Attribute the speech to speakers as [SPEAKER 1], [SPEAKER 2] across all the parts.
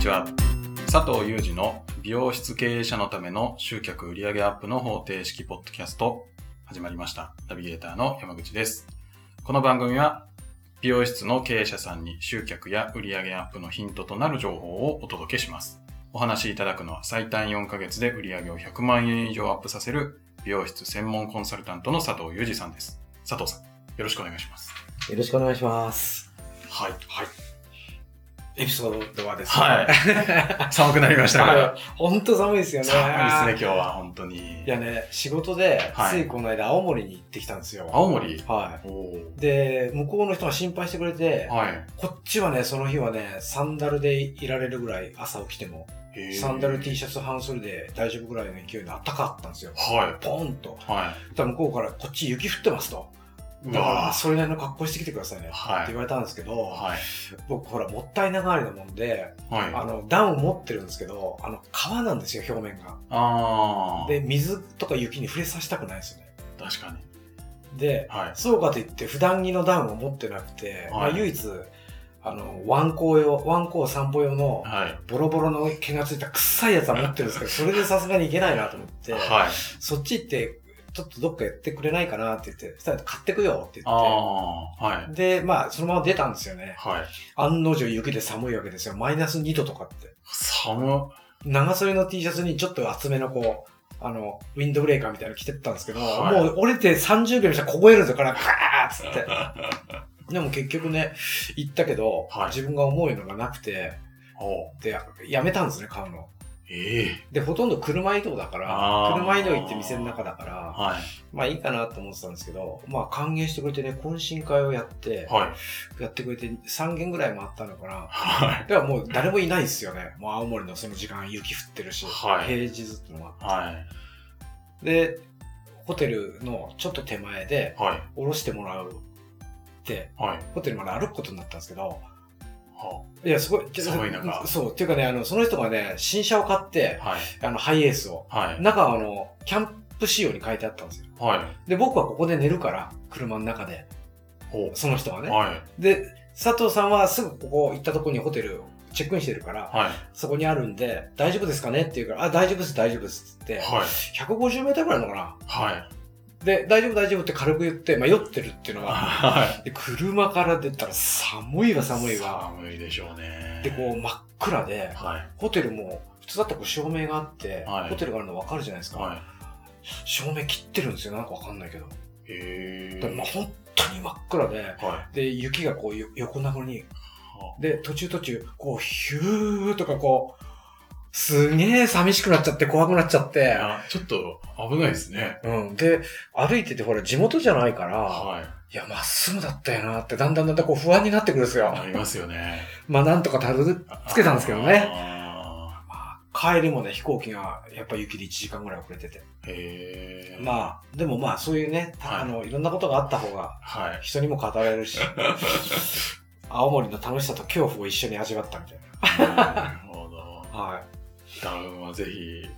[SPEAKER 1] ちは。佐藤祐二の美容室経営者のための集客売上アップの方程式ポッドキャスト始まりました。ナビゲーターの山口です。この番組は美容室の経営者さんに集客や売上アップのヒントとなる情報をお届けします。お話しいただくのは最短4ヶ月で売上を100万円以上アップさせる美容室専門コンサルタントの佐藤祐二さんです。佐藤さん、よろしくお願いします。
[SPEAKER 2] よろしくお願いします。
[SPEAKER 1] はい、はい。
[SPEAKER 2] エピソードはです
[SPEAKER 1] ね。はい。寒くなりましたから。
[SPEAKER 2] 本当寒いですよね。
[SPEAKER 1] 寒いですね、今日は、本当に。
[SPEAKER 2] いやね、仕事で、ついこの間、青森に行ってきたんですよ。
[SPEAKER 1] 青森
[SPEAKER 2] はい。で、向こうの人が心配してくれて、はい、こっちはね、その日はね、サンダルでいられるぐらい、朝起きても。サンダル T シャツ半袖で大丈夫ぐらいの勢いであったかったんですよ。
[SPEAKER 1] はい。
[SPEAKER 2] ポンと。はい。た向こうから、こっち雪降ってますと。だから、それなりの格好してきてくださいね、って言われたんですけど、はい、僕、ほら、もったいながりなもんで、はい、あの、暖を持ってるんですけど、あの、皮なんですよ、表面が。
[SPEAKER 1] あ
[SPEAKER 2] で、水とか雪に触れさせたくないですよね。
[SPEAKER 1] 確かに。
[SPEAKER 2] で、はい、そうかといって、普段着の暖を持ってなくて、まあ、唯一、あの、ワンコ用、ワンコ散歩用の、ボロボロの毛がついた臭いやつは持ってるん ですけど、それでさすがにいけないなと思って、 そっち行って、ちょっとどっかやってくれないかなって言って、そしたら買ってくよって言って。、
[SPEAKER 1] はい
[SPEAKER 2] で、まあ、そのまま出たんですよね。
[SPEAKER 1] はい、
[SPEAKER 2] 案の定雪で寒いわけですよ。マイナス2度とかって。
[SPEAKER 1] 寒
[SPEAKER 2] 長袖の T シャツにちょっと厚めのこう、あの、ウィンドブレーカーみたいなの着てったんですけど、はい、もう折れて30秒したら凍えるんですよ、から、カーッつって。 でも結局ね、行ったけど、自分が思うのがなくて、で、やめたんですね、買うの。
[SPEAKER 1] え
[SPEAKER 2] えー、で、ほとんど車移動だから、車移動行って店の中だから、はい、まあいいかなと思ってたんですけど、まあ歓迎してくれてね、懇親会をやって、はい、やってくれて3件ぐらい回ったのかな。
[SPEAKER 1] はい、
[SPEAKER 2] ではもう誰もいないですよね。もう青森のその時間雪降ってるし、はい、平日ってのも
[SPEAKER 1] あ
[SPEAKER 2] って。で、ホテルのちょっと手前で、降ろしてもらうって、ホテルまで歩くことになったんですけど、はあ、いや、すごい。
[SPEAKER 1] 寒い中。
[SPEAKER 2] そう。っていうかね、あの、その人がね、新車を買って、
[SPEAKER 1] はい、
[SPEAKER 2] あの、ハイエースを。
[SPEAKER 1] はい、
[SPEAKER 2] 中は、あの、キャンプ仕様に書いてあったんですよ。、
[SPEAKER 1] はい
[SPEAKER 2] で、僕はここで寝るから、車の中で。その人はね、。
[SPEAKER 1] はい
[SPEAKER 2] で、佐藤さんはすぐここ行ったとこにホテルをチェックインしてるから、
[SPEAKER 1] はい、
[SPEAKER 2] そこにあるんで、大丈夫ですかねって言うから、あ、大丈夫です、大丈夫ですって、
[SPEAKER 1] はい、
[SPEAKER 2] 150メーターぐらいのかな。
[SPEAKER 1] はい。
[SPEAKER 2] で、大丈夫大丈夫って軽く言って、迷ってるっていうのが、
[SPEAKER 1] はい、
[SPEAKER 2] で車から出たら寒いわ寒いわ。
[SPEAKER 1] 寒いでしょうね。
[SPEAKER 2] で、こう真っ暗で、
[SPEAKER 1] はい、
[SPEAKER 2] ホテルも、普通だったらこう照明があって、
[SPEAKER 1] はい、
[SPEAKER 2] ホテルがあるの分かるじゃないですか。
[SPEAKER 1] はい、
[SPEAKER 2] 照明切ってるんですよ、なんか分かんないけど。
[SPEAKER 1] へ
[SPEAKER 2] で、まあ、本当に真っ暗で、
[SPEAKER 1] はい、
[SPEAKER 2] で、雪がこう横殴りに、で、途中途中、こう、ヒューとかこう、すげえ寂しくなっちゃって怖くなっちゃって。
[SPEAKER 1] ちょっと危ないですね。
[SPEAKER 2] うん。で、歩いててほら地元じゃないから、、
[SPEAKER 1] はい
[SPEAKER 2] いや、まっすぐだったよなって、だんだんだんだんこう不安になってくるんですよ。
[SPEAKER 1] ありますよ ね。
[SPEAKER 2] まあなんとかたどり着けたんですけどね。まあ、帰りもね、飛行機がやっぱ雪で1時間ぐらい遅れてて。
[SPEAKER 1] へ
[SPEAKER 2] え。まあ、でもまあそういうね、はい、あの、いろんなことがあった方が、人にも語れるし、
[SPEAKER 1] はい、
[SPEAKER 2] 青森の楽しさと恐怖を一緒に味わったみたい
[SPEAKER 1] な。なるほど。
[SPEAKER 2] はい。
[SPEAKER 1] ダウンはぜひ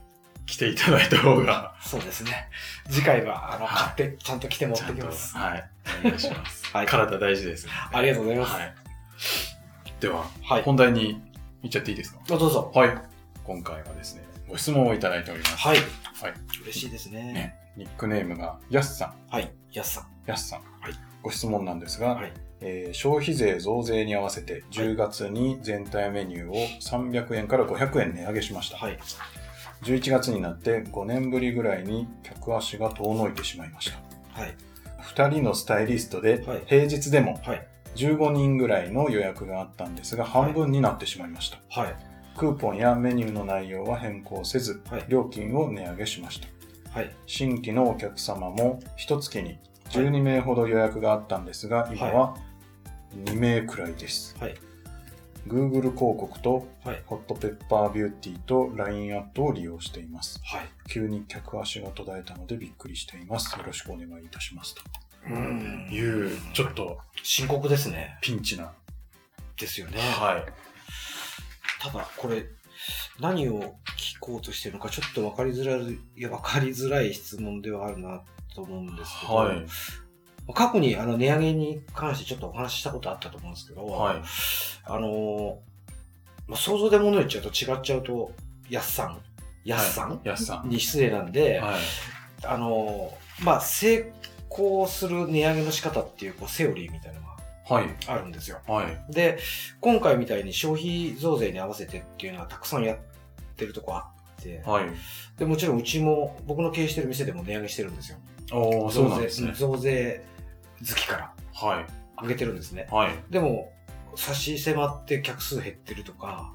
[SPEAKER 1] 来ていただいた方が。
[SPEAKER 2] そうですね。次回は、あの、はい、買って、ちゃんと来て持ってきます。
[SPEAKER 1] はい。お願いします。はい、体大事です、ね、、
[SPEAKER 2] ありがとうございます。はい
[SPEAKER 1] では、はい、本題にいっちゃっていいですか
[SPEAKER 2] どうぞ。
[SPEAKER 1] はい。今回はですね、ご質問をいただいております。
[SPEAKER 2] はい。
[SPEAKER 1] はい、
[SPEAKER 2] 嬉しいですね
[SPEAKER 1] ね。ニックネームが、やすさん。
[SPEAKER 2] はい。やすさん。
[SPEAKER 1] やすさん。
[SPEAKER 2] はい。
[SPEAKER 1] ご質問なんですが、
[SPEAKER 2] はい
[SPEAKER 1] えー、消費税増税に合わせて10月に全体メニューを300円から500円値上げしました、
[SPEAKER 2] はい、、
[SPEAKER 1] 11月になって5年ぶりぐらいに客足が遠のいてしまいました
[SPEAKER 2] はい、
[SPEAKER 1] 2人のスタイリストで平日でも15人ぐらいの予約があったんですが半分になってしまいました、
[SPEAKER 2] はい、
[SPEAKER 1] クーポンやメニューの内容は変更せず、料金を値上げしました、
[SPEAKER 2] はい、
[SPEAKER 1] 新規のお客様も1月に12名ほど予約があったんですが今は2名くらいです。
[SPEAKER 2] はい。
[SPEAKER 1] Google 広告と、
[SPEAKER 2] はい、
[SPEAKER 1] ホットペッパービューティーと LINE アットを利用しています。
[SPEAKER 2] はい。
[SPEAKER 1] 急に客足が途絶えたのでびっくりしています。よろしくお願いいたしますと。
[SPEAKER 2] うん。
[SPEAKER 1] いう、ちょっと、
[SPEAKER 2] 深刻ですね。
[SPEAKER 1] ピンチな。
[SPEAKER 2] ですよね。
[SPEAKER 1] はい。
[SPEAKER 2] ただ、これ、何を聞こうとしてるのか、ちょっとわかりづらい、いや、わかりづらい質問ではあるなと思うんですけど、
[SPEAKER 1] はい。
[SPEAKER 2] 過去にあの値上げに関してちょっとお話ししたことあったと思うんですけど、
[SPEAKER 1] はい、
[SPEAKER 2] あの、まあ、想像で物言っちゃうと違っちゃうと、やっさん、やっさん、
[SPEAKER 1] やっさん。
[SPEAKER 2] に失礼なんで、
[SPEAKER 1] はい。
[SPEAKER 2] あのーまあ、成功する値上げの仕方っていうこうセオリーみたいなのが
[SPEAKER 1] はい。
[SPEAKER 2] あるんですよ。
[SPEAKER 1] はい。
[SPEAKER 2] で、今回みたいに消費増税に合わせてっていうのはたくさんやってるとこあって、
[SPEAKER 1] はい。
[SPEAKER 2] でもちろんうちも僕の経営してる店でも値上げしてるんですよ。
[SPEAKER 1] おー、そうなんですね。
[SPEAKER 2] 増税好きから
[SPEAKER 1] はい。
[SPEAKER 2] 上げてるんですね。
[SPEAKER 1] はい。
[SPEAKER 2] でも、差し迫って客数減ってるとか、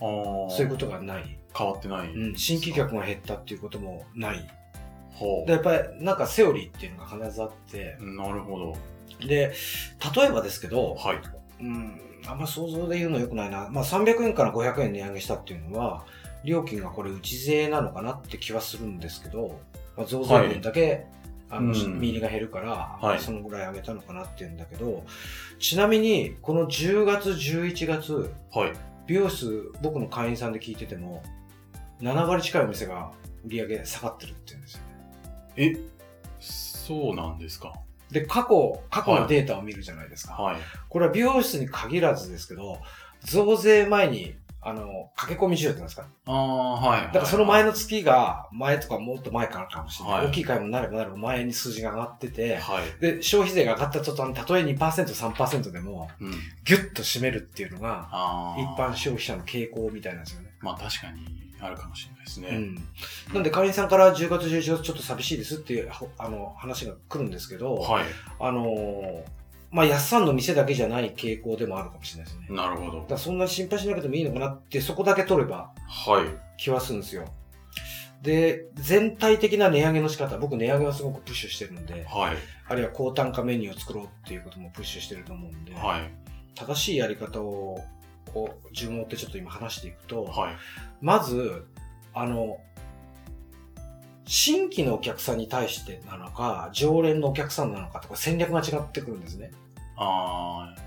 [SPEAKER 1] おー、
[SPEAKER 2] そういうことがない。
[SPEAKER 1] 変わってない。
[SPEAKER 2] うん、新規客が減ったっていうこともない。
[SPEAKER 1] ほう
[SPEAKER 2] で、やっぱりなんかセオリーっていうのが必ずあって、
[SPEAKER 1] なるほど。
[SPEAKER 2] で、例えばですけど、
[SPEAKER 1] はい。
[SPEAKER 2] うん、あんま想像で言うの良くないな。まあ、300円から500円値上げしたっていうのは、料金がこれ内税なのかなって気はするんですけど、まあ、増税分だけ、あ
[SPEAKER 1] う
[SPEAKER 2] の、
[SPEAKER 1] ん
[SPEAKER 2] 身入りが減るから、
[SPEAKER 1] はい
[SPEAKER 2] そのぐらい上げたのかなっていうんだけど、ちなみに、この10月、11月、
[SPEAKER 1] はい。
[SPEAKER 2] 美容室、僕の会員さんで聞いてても、7割近いお店が売り上げ下がってるって言うんですよね。
[SPEAKER 1] え、そうなんですか。
[SPEAKER 2] で、過去、過去のデータを見るじゃないですか。
[SPEAKER 1] はい。
[SPEAKER 2] これは美容室に限らずですけど、増税前に、あの、駆け込み需要ってなんですか
[SPEAKER 1] ああ、はい。
[SPEAKER 2] だからその前
[SPEAKER 1] の。
[SPEAKER 2] の月が、前とかもっと前からかもしれない。
[SPEAKER 1] はい
[SPEAKER 2] 大きい買い物になればなるほど前に数字が上がってて、
[SPEAKER 1] はい。
[SPEAKER 2] で、消費税が上がった途端、たとえ2%、3%でも、
[SPEAKER 1] うん。
[SPEAKER 2] ギュッと締めるっていうのが、
[SPEAKER 1] ああ。
[SPEAKER 2] 一般。消費者の傾向みたいなんですよね。
[SPEAKER 1] まあ確かにあるかもしれないですね。
[SPEAKER 2] うん。なんで、会員さんから10月、11月ちょっと寂しいですっていう、ほあの、話が来るんですけど、
[SPEAKER 1] はい。
[SPEAKER 2] あのーまあ、安さんの店だけじゃない傾向でもあるかもしれないですね。
[SPEAKER 1] なるほ
[SPEAKER 2] だ
[SPEAKER 1] ど
[SPEAKER 2] か。らそんなに心配しなくてもいいのかなって、そこだけ取れば
[SPEAKER 1] はい。
[SPEAKER 2] 気はするんですよ。で、全体的な値上げの仕方、僕値上げはすごくプッシュしてるんで、
[SPEAKER 1] はい。
[SPEAKER 2] あるいは高単価メニューを作ろうっていうこともプッシュしてると思うんで、
[SPEAKER 1] はい。
[SPEAKER 2] 正しいやり方を、こう、順を追ってちょっと今話していくと、
[SPEAKER 1] はい。
[SPEAKER 2] まず、あの、新規のお客さんに対してなのか、常連のお客さんなのかとか戦略が違ってくるんですね。
[SPEAKER 1] ああ、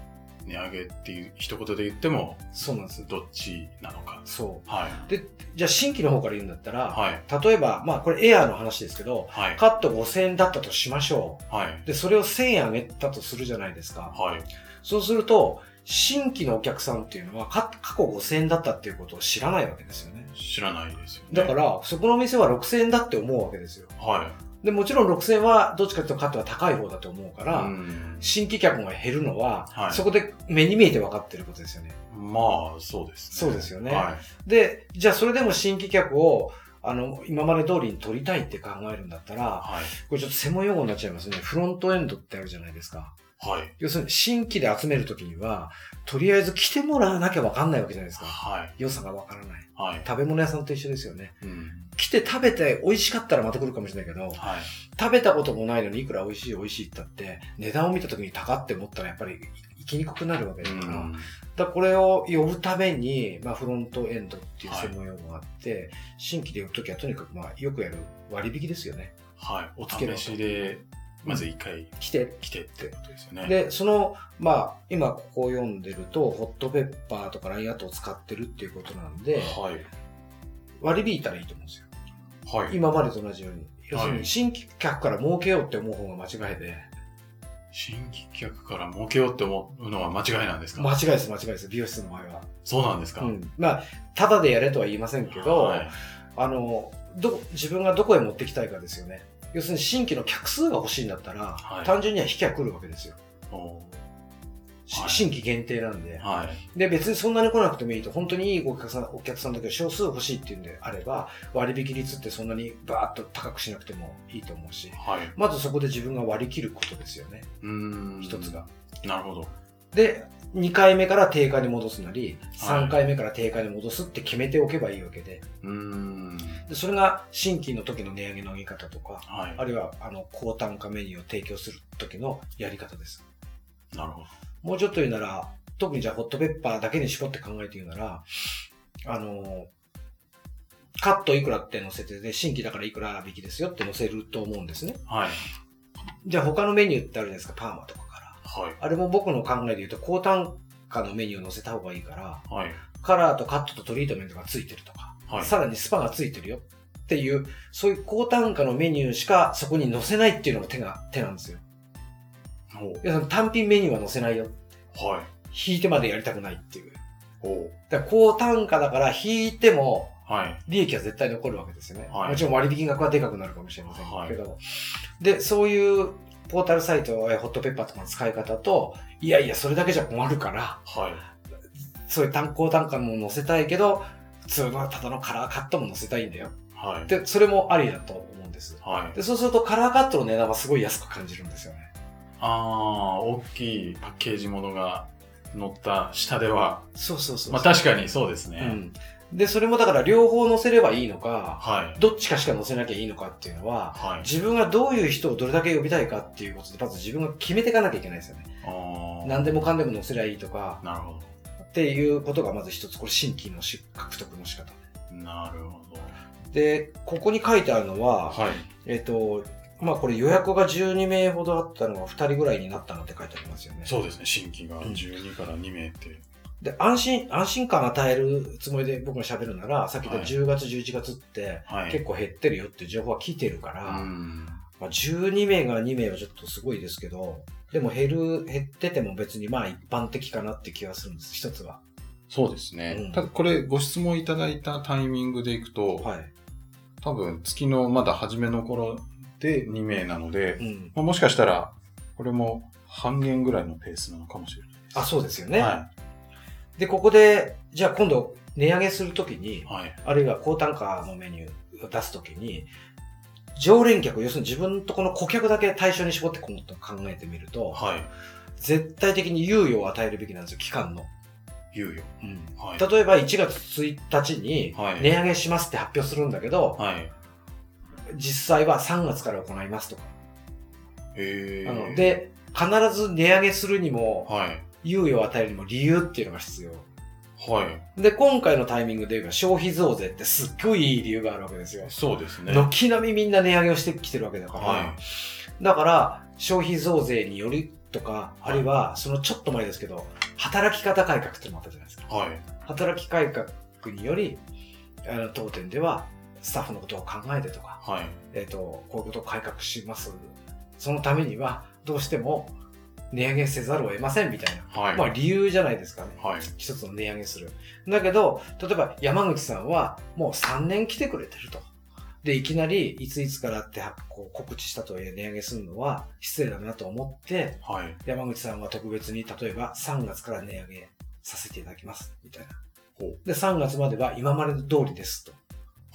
[SPEAKER 1] 値上げっていう一言で言っても、
[SPEAKER 2] そうなんです。
[SPEAKER 1] どっちなのか。
[SPEAKER 2] そう。
[SPEAKER 1] はい。
[SPEAKER 2] じゃあ新規の方から言うんだったら、
[SPEAKER 1] はい。
[SPEAKER 2] 例えば、まあこれエアーの話ですけど、
[SPEAKER 1] はい。
[SPEAKER 2] カット5000円だったとしましょ
[SPEAKER 1] はい。
[SPEAKER 2] う。で、それを1000円上げたとするじゃないですか。
[SPEAKER 1] はい。
[SPEAKER 2] そうすると、新規のお客さんっていうのは、か過去5000円だったっていうことを知らないわけですよね。
[SPEAKER 1] 知らないですよね。
[SPEAKER 2] だから、そこのお店は6000円だって思うわけですよ。
[SPEAKER 1] は
[SPEAKER 2] で、もちろん6000円はどっちかというとカットが高い方だと思うか
[SPEAKER 1] い。
[SPEAKER 2] ら、
[SPEAKER 1] うん
[SPEAKER 2] 新規客が減るのは、
[SPEAKER 1] はい
[SPEAKER 2] そこで目に見えて分かってることですよね。
[SPEAKER 1] まあ、そうです
[SPEAKER 2] そうですよね
[SPEAKER 1] はい。
[SPEAKER 2] で、じゃあそれでも新規客を、あの、今まで通りに取りたいって考えるんだったら、
[SPEAKER 1] はい。
[SPEAKER 2] これちょっと専門用語になっちゃいますね。フロントエンドってあるじゃないですか。
[SPEAKER 1] はい。
[SPEAKER 2] 要するに新規で集めるときには、とりあえず来てもらわなきゃ分かんないわけじゃないですか。
[SPEAKER 1] はい。
[SPEAKER 2] 良さが分からない。
[SPEAKER 1] はい。
[SPEAKER 2] 食べ物屋さんと一緒ですよね。
[SPEAKER 1] うん。
[SPEAKER 2] 来て食べて美味しかったらまた来るかもしれないけど、
[SPEAKER 1] はい。
[SPEAKER 2] 食べたこともないのにいくら美味しい美味しいって言ったって、値段を見たときに高って思ったらやっぱり行きにくくなるわけだから、だからこれを呼ぶために、まあ、フロントエンドっていう専門用語があって、新規で呼ぶときはとにかく、まあ、よくやる割引ですよね。
[SPEAKER 1] はい。お試しで、まず一回
[SPEAKER 2] 来て。
[SPEAKER 1] 来てってことですよね。
[SPEAKER 2] で、その、まあ、今ここを読んでると、ホットペッパーとかラインアートを使ってるっていうことなんで、
[SPEAKER 1] はい。
[SPEAKER 2] 割り引いたらいいと思うんですよ。
[SPEAKER 1] はい。
[SPEAKER 2] 今までと同じように。要する
[SPEAKER 1] は
[SPEAKER 2] に、
[SPEAKER 1] い
[SPEAKER 2] 新規客から儲けようって思う方が間違いで、
[SPEAKER 1] 新規客から儲けようって思うのは間違いなんですか
[SPEAKER 2] 間違いです、間違いです、美容室の場合は。
[SPEAKER 1] そうなんですか、
[SPEAKER 2] うん。まあ、ただでやれとは言いませんけど、
[SPEAKER 1] はい。
[SPEAKER 2] あのど自分がどこへ持ってきたいかですよね要するに新規の客数が欲しいんだったら、
[SPEAKER 1] はい
[SPEAKER 2] 単純には引きは来るわけですよ、
[SPEAKER 1] お
[SPEAKER 2] し
[SPEAKER 1] はい
[SPEAKER 2] 新規限定なんで
[SPEAKER 1] ーはい。
[SPEAKER 2] で別にそんなに来なくてもいいと本当にいいお客さんお客さんだけど少数欲しいっていうんであれば割引率ってそんなにバーッと高くしなくてもいいと思うし
[SPEAKER 1] はい。
[SPEAKER 2] まずそこで自分が割り切ることですよね
[SPEAKER 1] うーん。
[SPEAKER 2] 一つが。
[SPEAKER 1] なるほど。
[SPEAKER 2] で2回目から定価に戻すなり
[SPEAKER 1] はい
[SPEAKER 2] 3回目から定価に戻すって決めておけばいいわけで
[SPEAKER 1] うーん。
[SPEAKER 2] でそれが新規の時の値上げの上げ方とか
[SPEAKER 1] はい。
[SPEAKER 2] あるいはあの高単価メニューを提供する時のやり方です。
[SPEAKER 1] なるほど。
[SPEAKER 2] もうちょっと言うなら、特にじゃあホットペッパーだけに絞って考えて言うなら、あの、カットいくらって載せてて、新規だからいくら引きですよって載せると思うんですね。
[SPEAKER 1] はい。
[SPEAKER 2] じゃあ他のメニューってあるじゃないですか、パーマとかから。
[SPEAKER 1] はい。
[SPEAKER 2] あれも僕の考えで言うと、高単価のメニューを載せた方がいいから、
[SPEAKER 1] はい。
[SPEAKER 2] カラーとカットとトリートメントがついてるとか、
[SPEAKER 1] はい。
[SPEAKER 2] さらにスパがついてるよっていう、そういう高単価のメニューしかそこに載せないっていうのが手が、手なんですよ。
[SPEAKER 1] おー
[SPEAKER 2] いやその単品メニューは載せないよ。
[SPEAKER 1] はい。
[SPEAKER 2] 引いてまでやりたくないっていう。
[SPEAKER 1] ほ
[SPEAKER 2] だから高単価だから引いても
[SPEAKER 1] う。はい。
[SPEAKER 2] 利益は絶対残るわけですよね。
[SPEAKER 1] はい
[SPEAKER 2] もちろん割引額はでかくなるかもしれませんけど。
[SPEAKER 1] は
[SPEAKER 2] で、そういうポータルサイト、えホットペッパーとかの使い方と、いやいや、それだけじゃ困るから、
[SPEAKER 1] はい。
[SPEAKER 2] そういう単行単価も載せたいけど、普通のただのカラーカットも載せたいんだよ。
[SPEAKER 1] はい。
[SPEAKER 2] で、それもありだと思うんです。
[SPEAKER 1] はい。
[SPEAKER 2] で、そうするとカラーカットの値段はすごい安く感じるんですよね。
[SPEAKER 1] ああ、大きいパッケージものが乗った下では、
[SPEAKER 2] そうそうそう
[SPEAKER 1] まあ確かにそうですね。
[SPEAKER 2] うん。で、それもだから両方載せればいいのか、
[SPEAKER 1] はい。
[SPEAKER 2] どっちかしか載せなきゃいいのかっていうのは、
[SPEAKER 1] はい。
[SPEAKER 2] 自分がどういう人をどれだけ呼びたいかっていうことで、まず自分が決めていかなきゃいけないですよね。
[SPEAKER 1] ああ。
[SPEAKER 2] 何でもかんでも載せりゃいいとか、
[SPEAKER 1] なるほ
[SPEAKER 2] っていうことがまず一つ、これ新規のし獲得の仕方。
[SPEAKER 1] ど。なるほど。
[SPEAKER 2] で、ここに書いてあるのは、
[SPEAKER 1] はい。
[SPEAKER 2] えっ、と、まあこれ予約が12名ほどあったのが2人ぐらいになったのって書いてありますよね。
[SPEAKER 1] そうですね。新規が12から2名って。
[SPEAKER 2] で、安心、安心感与えるつもりで僕も喋るなら、さっき言った
[SPEAKER 1] はい
[SPEAKER 2] 10月、11月って
[SPEAKER 1] はい。
[SPEAKER 2] 結構減ってるよっていう情報は聞いてるから、
[SPEAKER 1] うん。
[SPEAKER 2] まあ、12名が2名はちょっとすごいですけど、でも減る、減ってても別にまあ一般的かなって気はするんです、一つは。
[SPEAKER 1] そうですね。
[SPEAKER 2] うん
[SPEAKER 1] ただこれご質問いただいたタイミングでいくと、
[SPEAKER 2] はい。
[SPEAKER 1] 多分月のまだ初めの頃で2名なので、
[SPEAKER 2] うん。
[SPEAKER 1] まあもしかしたらこれも半減ぐらいのペースなのかもしれない
[SPEAKER 2] あ、そうですよね。
[SPEAKER 1] は
[SPEAKER 2] で、ここで、じゃあ今度値上げするときに
[SPEAKER 1] い。、はい。
[SPEAKER 2] あるいは高単価のメニューを出すときに、常連客、要するに自分とこの顧客だけ対象に絞って今度考えてみると、
[SPEAKER 1] はい。
[SPEAKER 2] 絶対的に猶予を与えるべきなんですよ、期間の。
[SPEAKER 1] 猶予。はい。
[SPEAKER 2] 例えば1月1日に
[SPEAKER 1] はい
[SPEAKER 2] 値上げしますって発表するんだけど、
[SPEAKER 1] はい。
[SPEAKER 2] 実際は3月から行いますとか。
[SPEAKER 1] え
[SPEAKER 2] なの、で、必ず値上げするにも、
[SPEAKER 1] はい。
[SPEAKER 2] 猶予を与えるにも理由っていうのが必要。
[SPEAKER 1] はい。
[SPEAKER 2] で、今回のタイミングで言えば消費増税ってすっごいいい理由があるわけですよ。
[SPEAKER 1] そうですね。
[SPEAKER 2] 軒並みみんな値上げをしてきてるわけだから、
[SPEAKER 1] は
[SPEAKER 2] だから消費増税によりとか、
[SPEAKER 1] はい
[SPEAKER 2] あるいはそのちょっと前ですけど、働き方改革っていうのもあったじゃないですか。
[SPEAKER 1] い。はい。
[SPEAKER 2] 働き改革により、あの当店ではスタッフのことを考えてとか、
[SPEAKER 1] はい。
[SPEAKER 2] えっ、と、こういうことを改革します。そのためには、どうしても値上げせざるを得ませんみたいな。
[SPEAKER 1] はい。
[SPEAKER 2] まあ理由じゃないですかね。
[SPEAKER 1] はい。
[SPEAKER 2] 一つの値上げする。だけど、例えば山口さんはもう3年来てくれてると。で、いきなりいついつからってこう告知したとはいえ値上げするのは失礼だなと思って、
[SPEAKER 1] はい。
[SPEAKER 2] 山口さんは特別に例えば3月から値上げさせていただきます。みたいな
[SPEAKER 1] ほう。
[SPEAKER 2] で、3月までは今までの通りですと。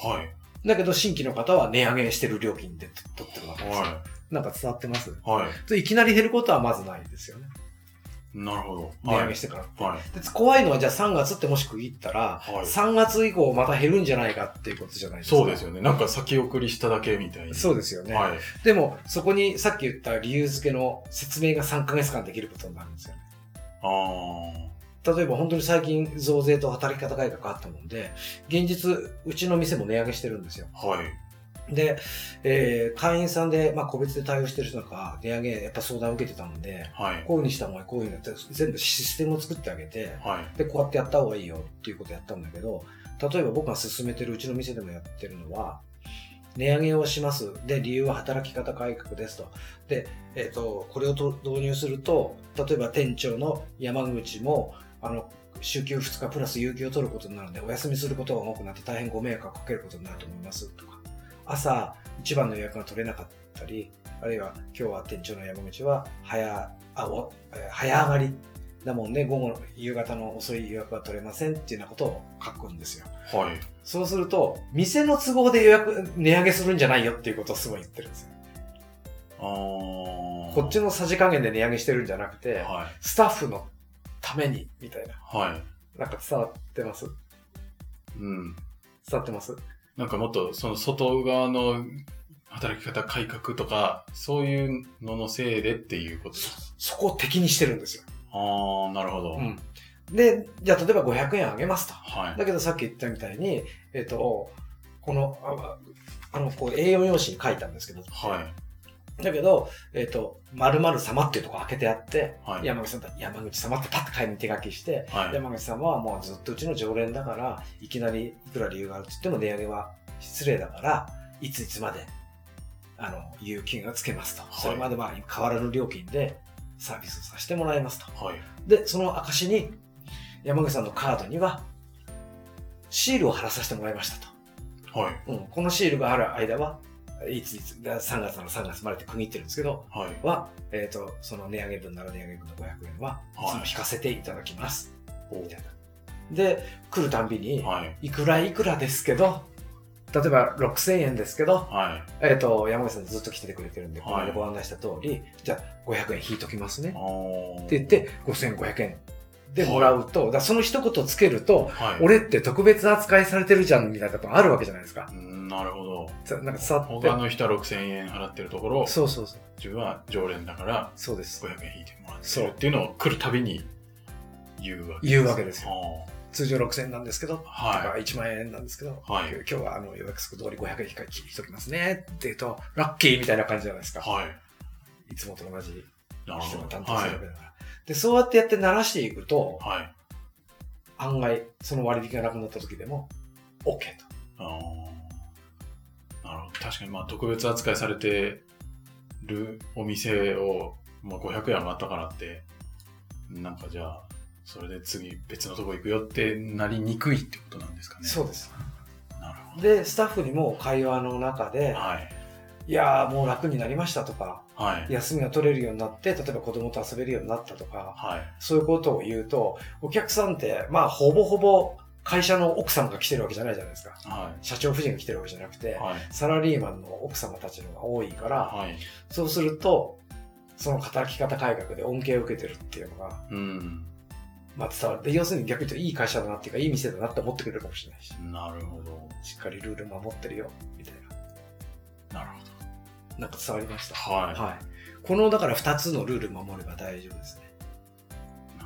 [SPEAKER 1] はい。
[SPEAKER 2] だけど新規の方は値上げしてる料金で取ってるわけですよ。
[SPEAKER 1] は
[SPEAKER 2] なんか伝わってます
[SPEAKER 1] い。はい。
[SPEAKER 2] でいきなり減ることはまずないですよね。
[SPEAKER 1] なるほど。
[SPEAKER 2] 値
[SPEAKER 1] は
[SPEAKER 2] 上げ
[SPEAKER 1] い
[SPEAKER 2] し。てから。
[SPEAKER 1] はい。
[SPEAKER 2] で怖いのはじゃあ3月ってもし区切ったら、
[SPEAKER 1] はい
[SPEAKER 2] 3月以降また減るんじゃないかっていうことじゃないですか。
[SPEAKER 1] そうですよね。なんか先送りしただけみたいに。
[SPEAKER 2] そうですよね。
[SPEAKER 1] はい。
[SPEAKER 2] でも、そこにさっき言った理由付けの説明が3ヶ月間できることになるんですよね。
[SPEAKER 1] ああ。
[SPEAKER 2] 例えば本当に最近増税と働き方改革あったもんで、現実、うちの店も値上げしてるんですよ。
[SPEAKER 1] はい。
[SPEAKER 2] で、えー会員さんで、まあ個別で対応してる人なんか、値上げやっぱ相談を受けてたもんで、
[SPEAKER 1] はい。
[SPEAKER 2] こういうふうにした方がいい、こういうふうにやって、全部システムを作ってあげて、
[SPEAKER 1] はい。
[SPEAKER 2] で、こうやってやった方がいいよっていうことやったんだけど、例えば僕が勧めてるうちの店でもやってるのは、値上げをします。で、理由は働き方改革ですと。で、えっ、と、これをと導入すると、例えば店長の山口も、あの、週休2日プラス有給を取ることになるので、お休みすることが多くなって大変ご迷惑をかけることになると思いますとか、朝一番の予約が取れなかったり、あるいは今日は店長の山口は早、あおえー早上がりだもんね、午後の、夕方の遅い予約は取れませんっていうようなことを書くんですよ。
[SPEAKER 1] はい。
[SPEAKER 2] そうすると、店の都合で予約、値上げするんじゃないよっていうことをすごい言ってるんですよ。
[SPEAKER 1] あこ
[SPEAKER 2] こっちのさじ加減で値上げしてるんじゃなくて、
[SPEAKER 1] は
[SPEAKER 2] スタッフのために、みたいな。
[SPEAKER 1] い。はい。
[SPEAKER 2] なんか伝わってます
[SPEAKER 1] うん。
[SPEAKER 2] 伝わってます
[SPEAKER 1] なんかもっと、その外側の働き方改革とか、そういうののせいでっていうことです。
[SPEAKER 2] そこを敵にしてるんですよ。
[SPEAKER 1] ああ、なるほど。
[SPEAKER 2] ん。で、じゃあ例えば500円あげますと。
[SPEAKER 1] はい。
[SPEAKER 2] だけどさっき言ったみたいに、えっ、と、この、ああの、こう A4 用紙に書いたんですけど、
[SPEAKER 1] はい。
[SPEAKER 2] だけど、えっ、と、〇〇様っていうとこ開けてあって、
[SPEAKER 1] はい
[SPEAKER 2] 山口さんと山口様ってパッと買いに手書きして、
[SPEAKER 1] はい。
[SPEAKER 2] 山口様はもうずっとうちの常連だから、いきなりいくら理由があるって言っても値上げは失礼だから、いついつまで、あの、有給がつけますと。
[SPEAKER 1] い
[SPEAKER 2] それまでは変わらぬ料金でサービスをさせてもらいますと。
[SPEAKER 1] はい。
[SPEAKER 2] で、その証に、山口さんのカードには、シールを貼らさせてもらいました
[SPEAKER 1] と。はい。
[SPEAKER 2] と。うん、このシールがある間は、いついつ、だ3月なら3月までって区切ってるんですけど、
[SPEAKER 1] はい。
[SPEAKER 2] は、えっ、と、その値上げ分なら値上げ分の500円は、
[SPEAKER 1] はい
[SPEAKER 2] その引かせていただきます。
[SPEAKER 1] お
[SPEAKER 2] みたいな。で、来るたんびに、
[SPEAKER 1] はい。
[SPEAKER 2] いくらいくらですけど、例えば6000円ですけど、
[SPEAKER 1] はい。
[SPEAKER 2] えっ、と、山口さんずっと来ててくれてるんで、
[SPEAKER 1] はい
[SPEAKER 2] これでご案内した通り、じゃあ500円引いときますね。
[SPEAKER 1] おー
[SPEAKER 2] って言っ、て、5500円でもらうと、だからその一言つけると、
[SPEAKER 1] はい。
[SPEAKER 2] 俺って特別扱いされてるじゃんみたいなことあるわけじゃないですか
[SPEAKER 1] う。んなるほど。
[SPEAKER 2] さなんかさって
[SPEAKER 1] 他。の人は6000円払ってるところ、
[SPEAKER 2] そうそうそう。
[SPEAKER 1] 自分は常連だから
[SPEAKER 2] そうです。
[SPEAKER 1] 500円引いてもらって
[SPEAKER 2] そう
[SPEAKER 1] るっていうのを来るたびに言うわけ
[SPEAKER 2] 言うわけですよ。
[SPEAKER 1] よ。
[SPEAKER 2] 通常6000円なんですけど、と
[SPEAKER 1] あー
[SPEAKER 2] か
[SPEAKER 1] はい。
[SPEAKER 2] 1万円なんですけど、
[SPEAKER 1] はい
[SPEAKER 2] 今日はあの予約する通り500円引きときますねって言うと、ラッキーみたいな感じじゃないですか。
[SPEAKER 1] はい。
[SPEAKER 2] いつもと同じ
[SPEAKER 1] なる
[SPEAKER 2] 人
[SPEAKER 1] ほ
[SPEAKER 2] が
[SPEAKER 1] ど。
[SPEAKER 2] 担当す
[SPEAKER 1] は
[SPEAKER 2] るわけ
[SPEAKER 1] い。
[SPEAKER 2] だから。で、そうやってやって慣らしていくと、
[SPEAKER 1] はい。
[SPEAKER 2] 案外、その割引がなくなった時でも、OK と。
[SPEAKER 1] あーなるほど。確かに、まあ、特別扱いされてるお店を、まあ、500円上がったからって、なんかじゃあ、それで次別のとこ行くよってなりにくいってことなんですかね。
[SPEAKER 2] そうです。
[SPEAKER 1] なるほ
[SPEAKER 2] で、スタッフにも会話の中で
[SPEAKER 1] ど。、はい。
[SPEAKER 2] いやーもう楽になりましたとか、
[SPEAKER 1] はい。
[SPEAKER 2] 休みが取れるようになって、例えば子供と遊べるようになったとか、
[SPEAKER 1] はい。
[SPEAKER 2] そういうことを言うと、お客さんって、まあ、ほぼほぼ会社の奥さんが来てるわけじゃないじゃないですか。
[SPEAKER 1] は
[SPEAKER 2] 社長夫人が来てるわけじゃなくて
[SPEAKER 1] い。、はい。
[SPEAKER 2] サラリーマンの奥様たちの方が多いから、
[SPEAKER 1] はい。
[SPEAKER 2] そうすると、その働き方改革で恩恵を受けてるっていうのが、
[SPEAKER 1] うん。
[SPEAKER 2] まあ、伝わる。で要するに逆に言うと、いい会社だなっていうか、いい店だなって思ってくれるかもしれないし、
[SPEAKER 1] なるほど。
[SPEAKER 2] しっかりルール守ってるよ、みたい
[SPEAKER 1] なるほど。
[SPEAKER 2] な。なんか伝わりました。
[SPEAKER 1] はい。
[SPEAKER 2] はい。この、だから2つのルール守れば大丈夫ですね。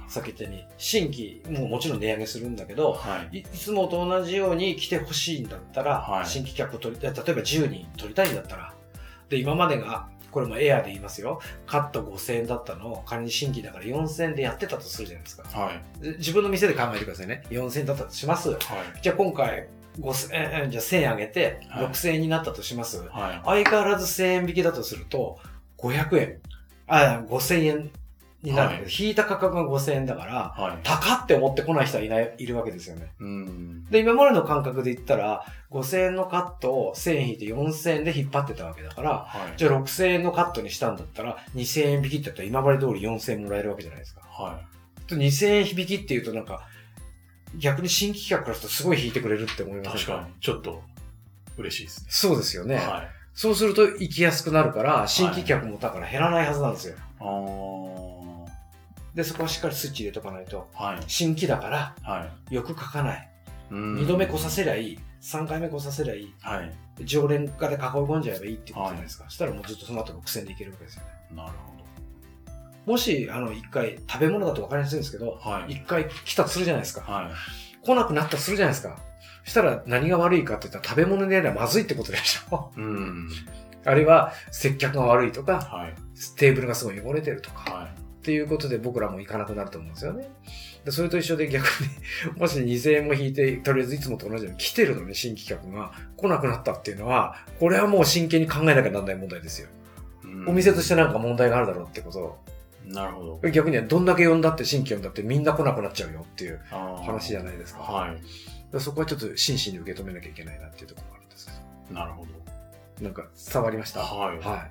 [SPEAKER 2] さっき言ったように、新規、もうもちろん値上げするんだけど、
[SPEAKER 1] はい。
[SPEAKER 2] いいつもと同じように来てほしいんだったら、
[SPEAKER 1] はい
[SPEAKER 2] 新規客を取り例えば10人取りたいんだったら、で、今までが、これもエアで言いますよ。カット5000円だったのを仮に新規だから4000円でやってたとするじゃないですか。
[SPEAKER 1] はい。
[SPEAKER 2] で自分の店で考えてくださいね。4000円だったとします。
[SPEAKER 1] はい。
[SPEAKER 2] じゃあ今回、5000円えー、じゃあ1000円上げて
[SPEAKER 1] はい
[SPEAKER 2] 6000円になったとします。
[SPEAKER 1] はい。
[SPEAKER 2] 相変わらず1000円引きだとすると、500円、あ、5000円になるんだけど、
[SPEAKER 1] は
[SPEAKER 2] 引いた価格が5000円だから、
[SPEAKER 1] はい。
[SPEAKER 2] 高って思ってこない人はいない、いるわけですよね。
[SPEAKER 1] うん。
[SPEAKER 2] で、今までの感覚で言ったら、5000円のカットを1000円引いて4000円で引っ張ってたわけだから、
[SPEAKER 1] はい。
[SPEAKER 2] じゃあ6000円のカットにしたんだったら、2000円引きってやったら今まで通り4000円もらえるわけじゃないですか。
[SPEAKER 1] は
[SPEAKER 2] と2000円引きっていうとなんか、逆に新規客からするとすごい引いてくれるって思い
[SPEAKER 1] い。
[SPEAKER 2] ます
[SPEAKER 1] 確かに、ちょっと、嬉しいですね。
[SPEAKER 2] そうですよね。
[SPEAKER 1] はい。
[SPEAKER 2] そうすると行きやすくなるから、新規客もだから減らないはずなんですよ。
[SPEAKER 1] あー
[SPEAKER 2] で、そこはしっかりスイッチ入れとかないと、
[SPEAKER 1] はい。
[SPEAKER 2] 新規だから、
[SPEAKER 1] はい。
[SPEAKER 2] 欲書かない。
[SPEAKER 1] 二
[SPEAKER 2] 二度目来させりゃいい。三回目来させりゃいい。
[SPEAKER 1] はい。
[SPEAKER 2] 常連家で囲い込んじゃえばいいってことじゃないですか。そしたらもうずっとその後6000でいけるわけですよね。
[SPEAKER 1] なる
[SPEAKER 2] もし、あの、一回、食べ物だと分かりやすいんですけど、
[SPEAKER 1] ほど。はい。
[SPEAKER 2] 一回来たとするじゃないですか。
[SPEAKER 1] はい。
[SPEAKER 2] 来なくなったとするじゃないですか。そしたら何が悪いかって言ったら食べ物でやればまずいってことでしょ。
[SPEAKER 1] うん。
[SPEAKER 2] あるいは接客が悪いとか、
[SPEAKER 1] はい。
[SPEAKER 2] テーブルがすごい汚れてるとか。
[SPEAKER 1] は
[SPEAKER 2] っていうことで僕らも行かなくなると思うんですよね。でそれと一緒で逆に、 もし2000円も引いて、とりあえずいつもと同じように来てるのに新規客が来なくなったっていうのは、これはもう真剣に考えなきゃならない問題ですよ。
[SPEAKER 1] いうん。
[SPEAKER 2] お店としてなんか問題があるだろうってこと
[SPEAKER 1] なるほど。
[SPEAKER 2] を逆にはどんだけ呼んだって新規呼んだってみんな来なくなっちゃうよっていう話
[SPEAKER 1] 話
[SPEAKER 2] じゃないですか。
[SPEAKER 1] はい。
[SPEAKER 2] でそこはちょっと真摯に受け止めなきゃいけないなっていうところがあるんですけ
[SPEAKER 1] なるほ
[SPEAKER 2] ど。なんか伝わりまし
[SPEAKER 1] ど。
[SPEAKER 2] た
[SPEAKER 1] はい。
[SPEAKER 2] は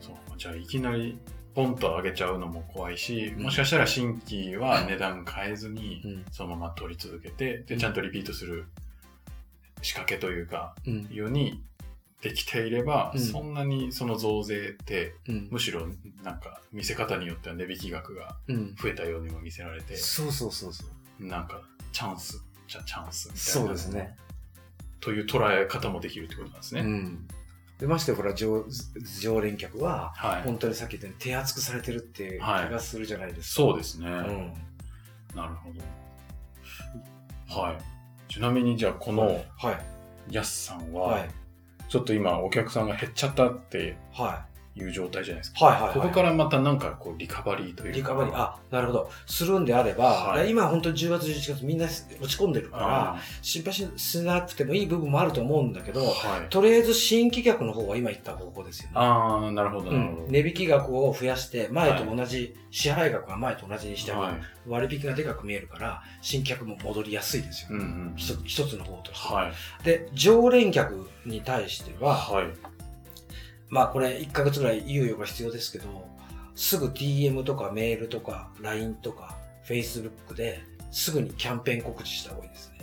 [SPEAKER 1] そう。じゃあ、いきなり、ポンと上げちゃうのも怖いし、もしかしたら新規は値段変えずに
[SPEAKER 2] い。う、ん。
[SPEAKER 1] そのまま取り続けて、で、ちゃんとリピートする仕掛けというか、
[SPEAKER 2] うん。
[SPEAKER 1] ようにできていれば、
[SPEAKER 2] うん
[SPEAKER 1] そんなにその増税って
[SPEAKER 2] うん
[SPEAKER 1] む。しろなんか見せ方によっては値引き額が
[SPEAKER 2] うん。
[SPEAKER 1] 増えたようにも見せられて
[SPEAKER 2] そうそうそうそう。
[SPEAKER 1] なんかチャンスじゃチャンスみたいな
[SPEAKER 2] そうですね。
[SPEAKER 1] という捉え方もできるってことなんですね、
[SPEAKER 2] うん、でましてほら常常連客は
[SPEAKER 1] はい
[SPEAKER 2] 本当にさっき言ったように手厚くされてるっていう気
[SPEAKER 1] はい
[SPEAKER 2] がするじゃないですか。
[SPEAKER 1] そうですね、
[SPEAKER 2] うん
[SPEAKER 1] なるほどはいちなみにじゃあこの
[SPEAKER 2] はい
[SPEAKER 1] やすさん
[SPEAKER 2] は
[SPEAKER 1] はいちょっと今お客さんが減っちゃったって
[SPEAKER 2] は
[SPEAKER 1] いう状態じゃないですか。
[SPEAKER 2] はいはい、はい、
[SPEAKER 1] ここからまたなんかこうリカバリーというか。
[SPEAKER 2] リカバリー、あ、なるほど。するんであれば、はい、今本当に10月11月みんな落ち込んでるから、心配しなくてもいい部分もあると思うんだけど、はい、とりあえず新規客の方は今言った方向ですよね。
[SPEAKER 1] ああ、なるほど、なるほど、
[SPEAKER 2] うん、値引き額を増やして、前と同じ、支払額は前と同じにしても、割引がでかく見えるから、新客も戻りやすいですよね。うんうん、一つの方として、はい。で、常連客に対しては、はい、まあこれ1ヶ月ぐらい猶予が必要ですけど、すぐ DM とかメールとか LINE とか Facebook ですぐにキャンペーン告知した方がいいですね。。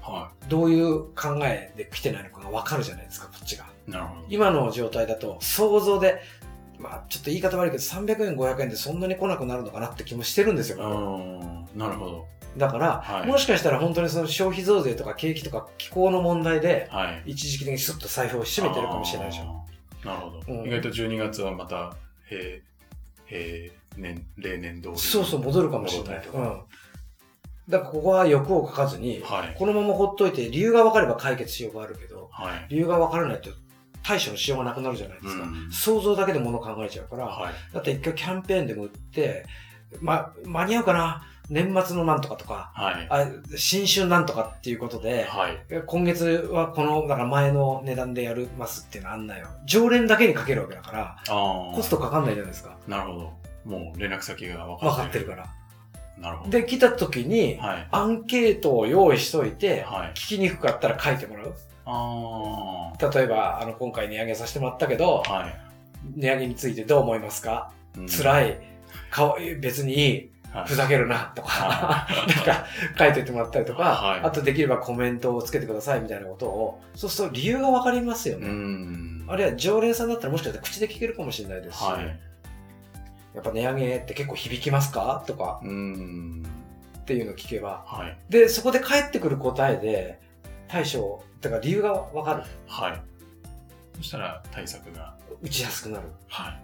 [SPEAKER 1] はい
[SPEAKER 2] どういう考えで来てないのかがわかるじゃないですか、こっちが。
[SPEAKER 1] なるほど。
[SPEAKER 2] 今の状態だと想像で、まあちょっと言い方悪いけど300円500円でそんなに来なくなるのかなって気もしてるんですよ。
[SPEAKER 1] うん。なるほど。
[SPEAKER 2] だから、はい、もしかしたら本当にその消費増税とか景気とか気候の問題で、一時期的にスッと財布を閉めてるかもしれないでしょ。はい
[SPEAKER 1] なるほど、うん、意外と12月はまた、えーえー、年例年通り
[SPEAKER 2] そうそう戻るかもしれない、うん、だからここは欲をかかずに、はい、このままほっといて理由が分かれば解決しようがあるけど、はい、理由が分からないと対処のしようがなくなるじゃないですか、うん、想像だけでもの考えちゃうから、はい、だって一回キャンペーンでも売って、ま、間に合うかな年末のなんとかとか、
[SPEAKER 1] はい、
[SPEAKER 2] あ新春なんとかっていうことで、
[SPEAKER 1] はい、
[SPEAKER 2] 今月はこの、だから前の値段でやりますっていうの案内を、常連だけにかけるわけだから、コストかかんないじゃないですか。
[SPEAKER 1] なるほど。もう連絡先が分
[SPEAKER 2] かってる。分かってるから。
[SPEAKER 1] なるほど。
[SPEAKER 2] で、来た時に、アンケートを用意しといて、はい、聞きにくかったら書いてもらう。
[SPEAKER 1] あ
[SPEAKER 2] 例えば、あの、今回値上げさせてもらったけど、
[SPEAKER 1] はい、
[SPEAKER 2] 値上げについてどう思いますか、うん、辛い。かわ別にいい。はい、ふざけるなとか、はい、なんか書いててもらったりとか、はい、あとできればコメントをつけてくださいみたいなことを、そうすると理由がわかりますよね。あるいは常連さんだったらもしかしたら口で聞けるかもしれないですし、やっぱ値上げって結構響きますかとか、っていうのを聞けば、で、そこで返ってくる答えで対処、だから理由がわかる。
[SPEAKER 1] はい。そしたら対策が。
[SPEAKER 2] 打ちやすくなる。
[SPEAKER 1] はい。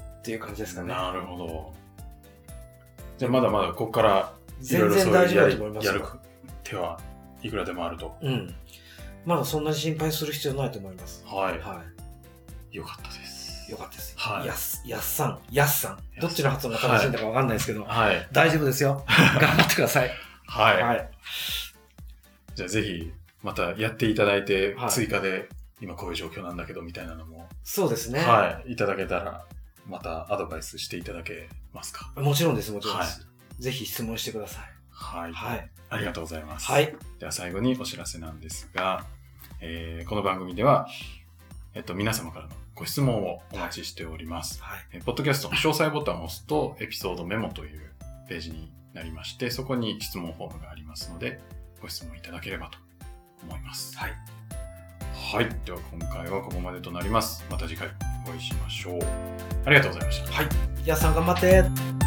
[SPEAKER 2] っていう感じですかね。
[SPEAKER 1] なるほど。じゃまだまだここから
[SPEAKER 2] いろいろそう
[SPEAKER 1] いうやる手はいくらでもあると。
[SPEAKER 2] うん。まだそんなに心配する必要ないと思います。
[SPEAKER 1] はい。。
[SPEAKER 2] はい
[SPEAKER 1] よかったです。
[SPEAKER 2] よかったです。
[SPEAKER 1] はい。
[SPEAKER 2] やす、やっさん、やっさん。どっちの発音が正しいんだかわかんないですけど、
[SPEAKER 1] はい。
[SPEAKER 2] 大丈夫です よ。頑張ってください。
[SPEAKER 1] はい。
[SPEAKER 2] はい。
[SPEAKER 1] じゃあぜひ、またやっていただいて、追加で、今こういう状況なんだけど、みたいなのも。
[SPEAKER 2] そうですね。
[SPEAKER 1] はい。いただけたらまたアドバイスしていただけますか
[SPEAKER 2] もちろんです、もちろんです。はい、ぜひ質問してください。
[SPEAKER 1] はい。はい、ありがとうございます。
[SPEAKER 2] はい。
[SPEAKER 1] では最後にお知らせなんですが、えー、この番組では、えっと、皆様からのご質問をお待ちしております。
[SPEAKER 2] はい。
[SPEAKER 1] えー、ポッドキャストの詳細ボタンを押すと、エピソードメモというページになりまして、そこに質問フォームがありますので、ご質問いただければと思います。
[SPEAKER 2] はい。
[SPEAKER 1] はい。では今回はここまでとなります。また次回お会いしましょう。ありがとうございました。
[SPEAKER 2] はい。皆さん頑張って。